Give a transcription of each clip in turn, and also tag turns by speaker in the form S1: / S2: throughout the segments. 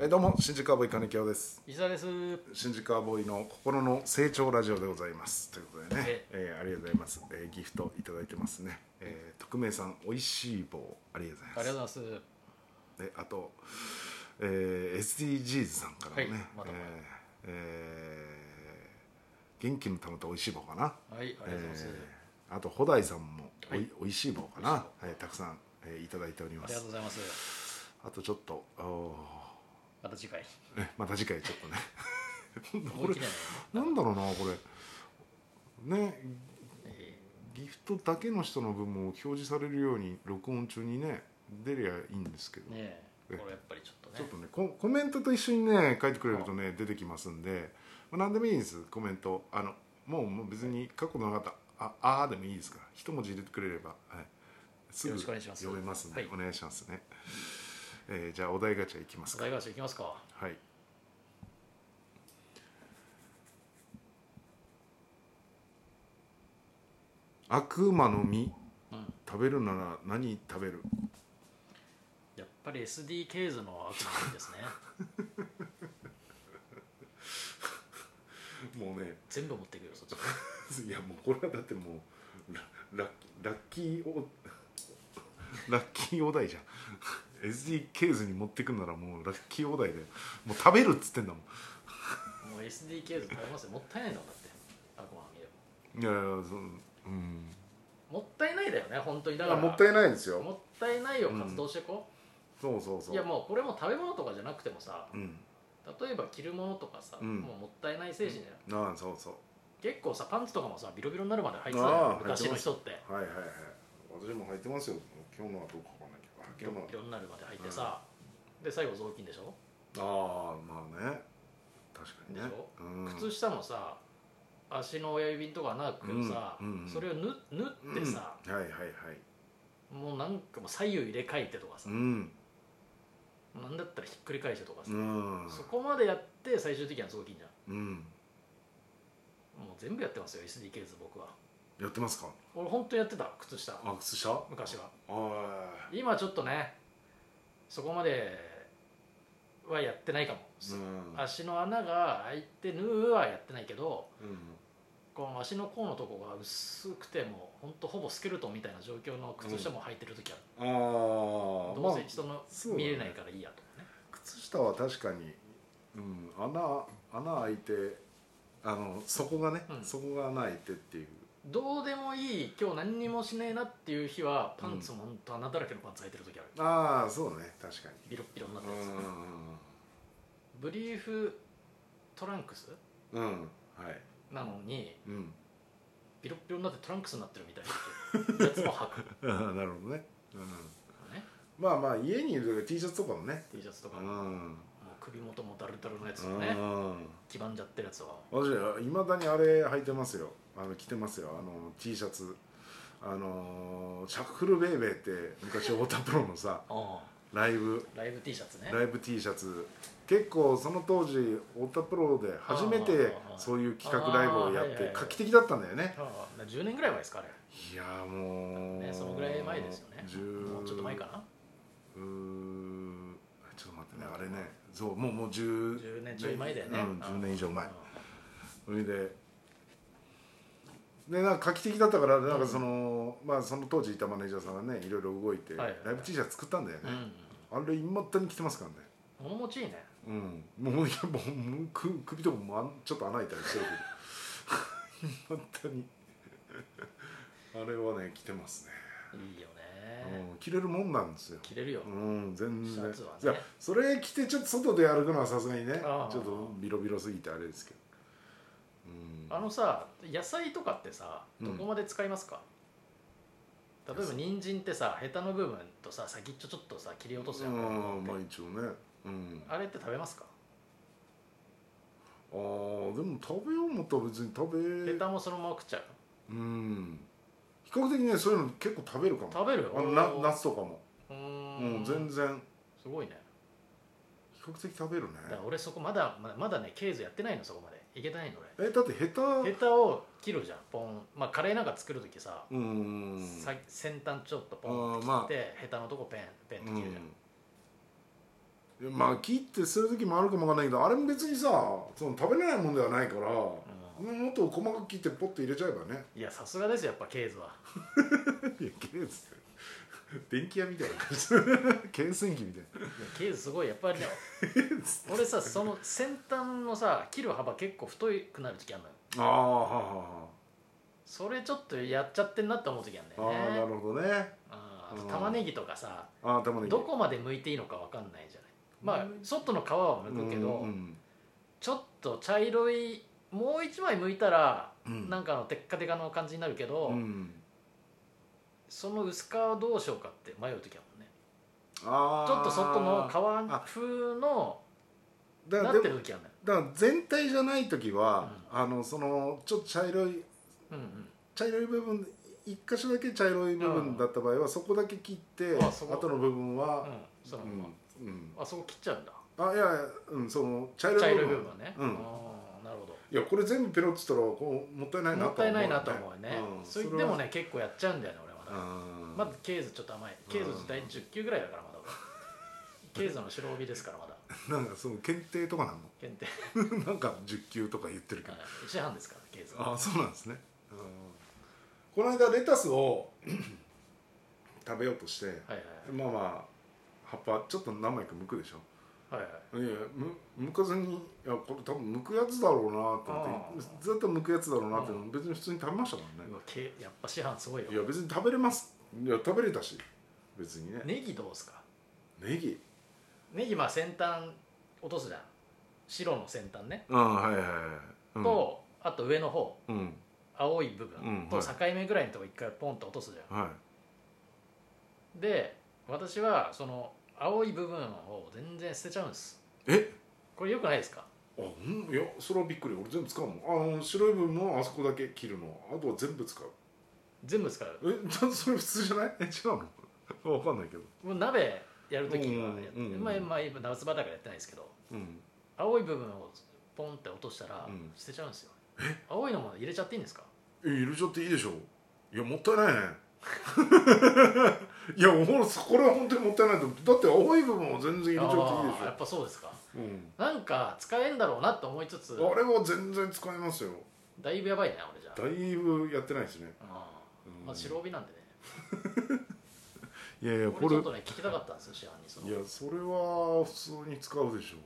S1: えーどうも新宿アボイ金城です
S2: 石田です
S1: 新宿アボイの心の成長ラジオでございますということでね
S2: え、
S1: えーありがとうございます、えーギフトいただいてますね、えー、匿名さんおいしい棒ありがとう
S2: あ
S1: ご
S2: り
S1: ざい
S2: がと
S1: ま
S2: うございます
S1: すであと、えー SDGs さんからもね、
S2: はいまだまだ
S1: えーえー元気のたまとおいしい棒かな
S2: はいありがとうございます、
S1: えーあとホダイさんもおい,、
S2: はい
S1: おいしい棒かなはい、たくさん、えーいただいており
S2: あ
S1: ま
S2: り
S1: す
S2: がとうございます
S1: あとちょっとお
S2: また次 回
S1: ーねまた次回ちょっとね
S2: 思い切れない
S1: なんだろうなこれね
S2: え
S1: ギフトだけの人の分も表示されるように録音中にね出りゃいいんですけど、
S2: ーねえこれやっぱりちょっとね
S1: ちょっとねココメントと一緒にね書いてくれるとね出てきますんで、まあ、何でもいいんですコメントあのもうもう別に書くことなかった「ああー」でもいいですから一文字入れてくれれば、はい、す
S2: よ
S1: ぐ
S2: ろしくお願いします
S1: 読めますんで、
S2: はい
S1: お願いしますね、えーじゃあお題ガチャいきます
S2: お
S1: か
S2: 題ガチャいきますか
S1: はい。悪魔の実
S2: うん
S1: 食べるなら何食べる
S2: やっぱり SDKs の悪魔ですね
S1: もうね
S2: 全部持ってくるよそっち
S1: いやもうこれはだってもうラララッキーおラッキーお題じゃん SDK 図に持ってくんならもうラッキーお題でもう食べるっつってんだも
S2: もう SDKs 食べますよもったいないんだもんだって悪魔の実を
S1: んいやいやそのうん
S2: もったいないだよね本当にだ
S1: だ
S2: から
S1: もったいないですよ
S2: もったいないよ
S1: うん
S2: 活動してこ
S1: そうそう
S2: う、
S1: そう
S2: いやもうこれも食べ物とかじゃなくてもさ
S1: うん
S2: 例えば着るものとかさ、
S1: うん
S2: もうもったいない精神じゃない
S1: ああそうそう
S2: 結構さパンツとかもさビロビロになるまで履いてた
S1: ああ履
S2: よ
S1: いてます
S2: 昔の人って
S1: はいはいはい私も履いてますよ今日のはどうかわかんないけ
S2: ビ
S1: ど
S2: ロ
S1: あ今
S2: ビロになるまで履いてさ、で最後雑巾でしょ、
S1: 日のああまあね確かにね
S2: でしょ
S1: うん、
S2: 靴下もさ足の親指のとか穴開くけどさ、
S1: うんうんうん
S2: それを縫縫ってさ、
S1: うんはいはいはい
S2: もうなんかもう左右入れ替えてとかさ
S1: う、ん
S2: なんだったらひっくり返してとかさ、
S1: うん
S2: そこまでやって最終的には雑巾じゃ
S1: うん
S2: んもう全部やってますよ SDKs 僕は
S1: やってますか
S2: 俺本当にやってた靴下
S1: あ靴下
S2: 昔は
S1: あ
S2: 今ちょっとねそこまではやってないかも、
S1: ーうん
S2: 足の穴が開いて縫うはやってないけど
S1: うん
S2: この足の甲のとこが薄くてもうほんとほぼスケルトンみたいな状況の靴下も履いてる時あ
S1: ああ
S2: る、どう
S1: ま
S2: せ
S1: あ
S2: 人の
S1: そうだね
S2: 見れないからいいやとかね
S1: 靴下は確かに、うん、穴穴開いてあの底がね、
S2: うん
S1: 底が穴開いてっていう
S2: どうでもいい今日何にもしねえなっていう日はパンツもほんと穴だらけのパンツ履いてる時ある、
S1: ああそうね確かに
S2: ビロッビロになって
S1: う
S2: るやつ、
S1: ん
S2: ブリーフトランクス
S1: うんはい
S2: なのに
S1: うん
S2: ビロッビロになってトランクスになってるみたいなやつも履く、
S1: あー なるほどね、うん、
S2: ね、
S1: まあまあ家にいる時は T シャツとかもね
S2: T シャツと
S1: う
S2: か、もうん首元もダルダルのや
S1: う
S2: つと
S1: ん、
S2: かね黄ばんじゃってるやつとか
S1: 私いまだにあれ履いてますよあの着てますよあの T シャツあのーシャッフルベイベーって昔太田プロの さ
S2: あ
S1: ライブ
S2: あライブ T シャツね
S1: ライブ T シャツ結構その当時太田プロで初め
S2: あー
S1: てそういう企画ライブをやっ
S2: あーはいはい
S1: て
S2: はい
S1: 画期的だったんだよね
S2: ああ10年ぐらい前ですかあれ
S1: いやーもう、
S2: ね、そのぐらい前ですよね
S1: 10
S2: もうちょっと前かな
S1: うーちょっと待ってねあれねそうもうもう10
S2: 10年ちょい前だよね、
S1: うん、10年以上前
S2: うん
S1: それででなんか画期的だったからなんかその、まあその当時いたマネージャーさんがねいろいろ動いて、
S2: はいはいはい
S1: ライブ T シャツ作ったんだよ
S2: う
S1: ね、
S2: ん
S1: あれいまだに着てますからね
S2: 物持ちいいね
S1: うんもういやもうもうく首とかもあんちょっと穴開いたりしてるけど いまだにあれはね着てますね、
S2: いいよね、
S1: うん、着れるもんなんですよ
S2: 着れるよ、
S1: うん全然
S2: シャツはね
S1: いやそれ着てちょっと外で歩くのはさすがにね
S2: あー
S1: ちょっとビロビロすぎてあれですけどうん
S2: あのさ野菜とかってさ
S1: うん
S2: どこまで使いますか、例えば人参ってさヘタの部分とさ先っちょちょっとさ切り落とす
S1: う
S2: やん、
S1: んまあ一応ねうんあ
S2: あれって食べますか
S1: あーでも食べようもったら別に食べ
S2: ヘタもそのまま食っちゃ
S1: う
S2: う
S1: ん比較的ねそういうの結構食べるかも
S2: 食べる
S1: あのな夏とかも
S2: う
S1: うんん全然
S2: すごいね
S1: 比較的食べるね
S2: だから俺そこまだまだまだねケーズやってないのそこまでいけてないの俺
S1: えだってヘタ
S2: ヘタを切るじゃんポンまあカレーなんか作る時さ、
S1: うん
S2: さ先端ちょっとポンって切って、ヘタのとこペンペンって切るじゃん、
S1: うんまあ切って捨てる時もあるかもわかんないけどあれも別にさその食べれないもんではないから、
S2: う
S1: もっと細かく切ってポッと入れちゃえば ね
S2: いやさすがですよやっぱケーズはい
S1: やケース電気屋みたいな感 じ検線機みたいない
S2: やケーズすごいやっぱりね俺さその先端のさ切る幅結構太くなる時あるのよ
S1: ああはあはあ
S2: それちょっとやっちゃってんなって思う時あるんだよ
S1: あ
S2: ね
S1: あなるほどね
S2: あ
S1: うん
S2: ー玉ねぎとかさ
S1: ああ玉ねぎ
S2: どこまで剥いていいのか分かんないじゃないまあ
S1: うん
S2: 外の皮は剥くけど、
S1: うんうん
S2: ちょっと茶色いもう一枚剥いたら、
S1: うん
S2: なんかあのテッカテカの感じになるけど、
S1: うん
S2: その薄皮どうしようかって迷う時あるもんね
S1: あ
S2: ちょっと外の
S1: 皮あ
S2: 皮風の
S1: だ
S2: な
S1: か
S2: っ
S1: ら
S2: て
S1: で
S2: る
S1: も
S2: 時あるね
S1: だから全体じゃない時は、あのそのちょっと茶色い
S2: うん
S1: 茶色い部分一箇所だけ茶色い部分だった場合はそこだけ切って、
S2: あそこ
S1: 後の部分
S2: うんう
S1: は、
S2: んその、
S1: うんうん
S2: あそこ切っちゃうんだ
S1: あいやいや、うん、その茶色
S2: 茶
S1: い部
S2: 色い
S1: 分
S2: 部分はね、
S1: うん
S2: あーなるほど
S1: いやこれ全部ペロッつったらこうもったいないな
S2: も
S1: とは
S2: ったい
S1: よ
S2: ないなと思うね、
S1: ん
S2: それ
S1: は
S2: でもね結構やっちゃうんだよね俺はまだ、
S1: うん
S2: まずケーズちょっと甘いケーズ自体10球ぐらいだからまだ俺ケーズの白帯ですからまだ
S1: なんかその検定とかな
S2: 限定
S1: の なんか10級とか言ってるけど
S2: 1半ですからケーズは
S1: ああそうなんですね、うんこの間レタスを 食べようとして
S2: はいはい
S1: まあまあ葉っぱちょっと何枚か剥くでしょ
S2: はいはいはい
S1: いやむ剥かずにいやこれ多分剥くやつだろうなと思って
S2: あ
S1: 絶対剥くやつだろうなって別に普通に食べましたから
S2: う
S1: ね
S2: わけやっぱ市販すごい
S1: いや
S2: よ
S1: 別に食べれますいや食べれたし別にね
S2: ネギどうすか
S1: ネギ
S2: ネギまあ先端落とすじゃん白の先端ね、
S1: うんはいはいはいうん
S2: とあと上の方
S1: うん
S2: 青い部
S1: うん
S2: 分と
S1: はい
S2: 境目ぐらいのとこ一回ポンと落とすじゃん、
S1: は
S2: で私はその青い部分を全然捨てちゃうんです
S1: いえ
S2: これよくないですか
S1: あうんいやそれはびっくり俺全部使うもんあの白い部分もあそこだけ切るのあとは全部使う
S2: 全部使う
S1: え ちょっとそれ普通じゃないえ違うの わかんないけど
S2: もう鍋やるときはやって、
S1: うんうんうん
S2: まあ、まあ今夏場だからやってないですけど
S1: うん
S2: 青い部分をポンって落としたら
S1: うん
S2: 捨てちゃうんですよ、青いのも入れちゃっていいんですか
S1: え入れちゃっていいでしょいやもったいないね いやほらこれは本当にもったいないと思うだって青い部分は全然入れちゃっていいで
S2: あーや
S1: し
S2: っぱそうですか
S1: ょ、うん
S2: なんか使えんだろうなと思いつつ
S1: あれは全然使えますよ
S2: だいぶやばいな俺じゃ
S1: だいぶやってないですね、
S2: あ、
S1: う
S2: うんんまあ、白帯なんでね
S1: いやいや
S2: こ
S1: こ
S2: れち
S1: れ
S2: ょっ
S1: い
S2: とね聞きたかったんですよ市販にその
S1: やそれは普通に使うでしょ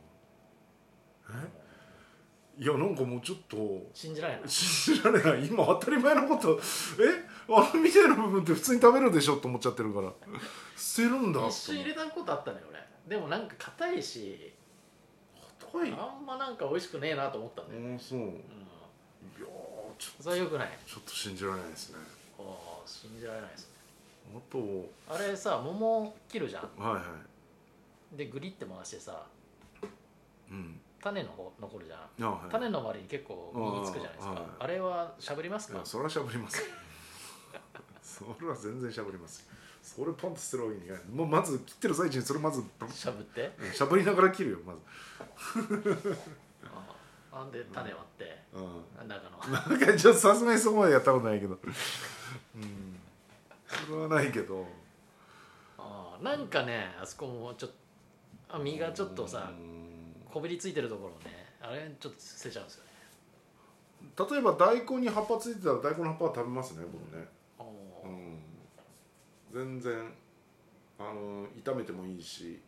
S1: いやなんかもうちょっと
S2: 信じられない
S1: 信じられない今当たり前のことえあのみたいな部分って普通に食べるでしょと思っちゃってるから捨てるんだと思
S2: 一瞬入れたことあったのよ俺でもなんか硬いし
S1: 高いあ
S2: あんまなんか美味しくねえなと思ったんだよ、
S1: あそういや
S2: うん、
S1: ーちょ
S2: それはよくない
S1: ちょっと信じられないですね
S2: おー信じられないですね
S1: あと
S2: あれさ桃切るじゃん
S1: はいはい
S2: でグリって回してさ
S1: うん
S2: 種の方残るじゃん
S1: あはい
S2: 種の周りに結構身につくじゃないです
S1: あー
S2: か
S1: はい
S2: あれはしゃぶります
S1: いや
S2: か
S1: それはしゃぶります よそれは全然しゃぶりますよそれポンと捨てるわけにいかないもうまず切ってる最中にそれまずパン
S2: しゃぶって
S1: しゃぶりながら切るよまず
S2: あーあんで種割って
S1: うん
S2: 中の
S1: なんかちょっとさすがにそこまでやったことないけどうんそれはないけど
S2: あーなんかねあそこもちょっとあ身がちょっとさ
S1: うん
S2: こびりついてるところねあれちょっと捨てちゃうんですよね
S1: 例えば大根に葉っぱついてたら大根の葉っぱは食べますね僕ね、
S2: お
S1: う
S2: ー
S1: ん、全然あの炒めてもいいし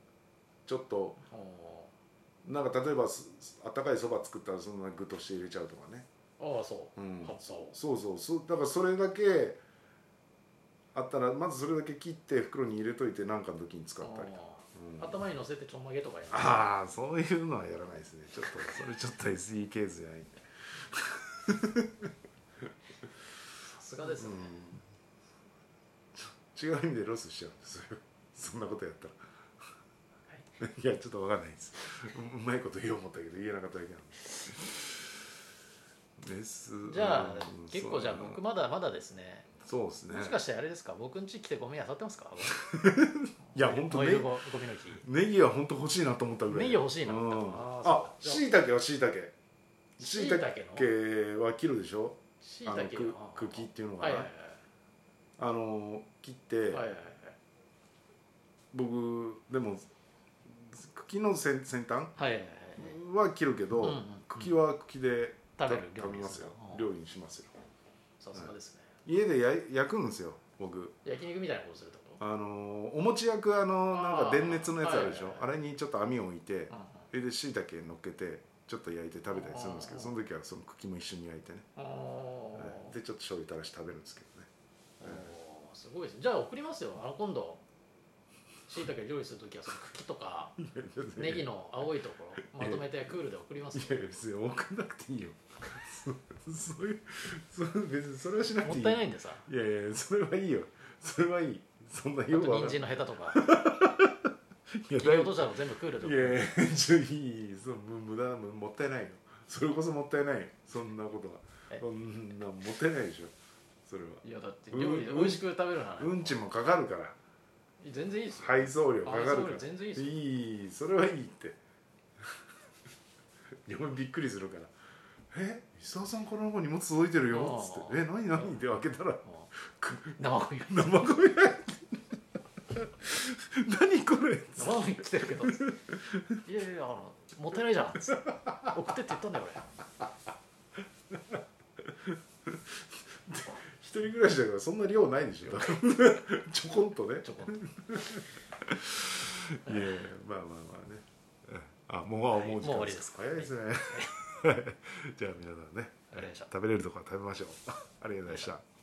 S1: ちょっと
S2: お
S1: なんか例えばすすあったかいそば作ったらそのまま具として入れちゃうとかね、
S2: ーああそううん葉っ、ぱを
S1: そうそうそうだからそれだけあったらまずそれだけ切って袋に入れといて何かの時に使ったりとか、うん
S2: あー頭に乗せてちょんまげとかやる
S1: ああそういうのはやらないですねちょっとそれちょっと SE ケースじゃないんで
S2: さすがですね
S1: うん、違う意味でロスしちゃうんですよそんなことやったら、い、やちょっとわかんないですううまいこと言おう思ったけど言えなかっただけなんでです
S2: じゃあ
S1: うん
S2: 結構じゃあ僕まだまだですね
S1: そうですね
S2: もしかしてあれですか僕ん家来てゴミ漁ってますか
S1: いや 本当
S2: 燃
S1: ね
S2: えるゴゴミの日
S1: ネギは本当欲しいなと思ったぐらい
S2: ネギ欲しいな
S1: うん
S2: あー
S1: あ
S2: そう
S1: しいたけはしいたけし
S2: 椎
S1: い
S2: 茸
S1: た
S2: の
S1: けは切るでしょ
S2: しい
S1: あ
S2: た
S1: の
S2: け
S1: く茎っていうのが
S2: はいはいは
S1: あの切って、
S2: いはいはいはい
S1: 僕でも茎の先先端
S2: はいはいはい
S1: は切るけど、
S2: うんうんうん
S1: 茎は茎で
S2: 食べる料
S1: 食べ
S2: 理で
S1: ます
S2: す
S1: よ
S2: ね
S1: 料理にしますよ
S2: さすがですね
S1: 家でや焼くんですよ僕
S2: 焼肉みたいなことするってこ
S1: あのーお餅焼くあのなんか
S2: あー
S1: 電熱のやつあるでしょ
S2: はい
S1: あ
S2: は
S1: れ
S2: い
S1: にちょっと網を置いて
S2: と
S1: それでしいたけ乗っけてちょっと焼いて食べたりするんですけど
S2: あー
S1: その時はその茎も一緒に焼いてね、
S2: うんお
S1: はいでちょっと醤油垂らして食べるんですけどね
S2: ーおーすごいですねじゃあ送りますよあの今度しいたけ料理するときはその茎 とか ネギの青いところまとめてクールで送ります
S1: い
S2: よ
S1: や別に送んなくていいよ そそういうそう別にそれはしなく
S2: も
S1: てい
S2: っ
S1: い
S2: たいないんでさ
S1: いやいやそれはいいよそれはいいそんな
S2: あと
S1: よくわかん
S2: 人
S1: ない
S2: 参のヘタとか
S1: いや
S2: 切り
S1: だい
S2: 落としたの全部クールで
S1: いやいやちょいいそうむ無駄なもんもったいないよそれこそもったいないよそんなことは
S2: え
S1: そんなもったいないでしょそれはい
S2: やだって料理で美味しく食べるなら
S1: うんちもかかるから
S2: 全然いいですよ
S1: 配送料かかる
S2: あそう
S1: か
S2: よ全然い
S1: ら
S2: いですよ
S1: いいそれはいいって日本びっくりするから「え三沢さんこの子荷物届いてるよ」っつって「
S2: あー
S1: え何何?」って開けたら
S2: も
S1: く
S2: う生ゴミが
S1: 生ゴミ入ってる何これ」っつって
S2: 生ゴミ来てる けどいやいやいやあのもったいないじゃんつって送ってって言ったんだよ
S1: 一人暮らしだからそんな量ないでしょ ちょこんとね
S2: 俺ちょこんと
S1: いやいやまあまあまあねうんあもうあもう時間
S2: もう終わりです
S1: 早いですねじゃあ皆さんね
S2: ありがとうございました
S1: 食べれるとこは食べましょうありがとうございました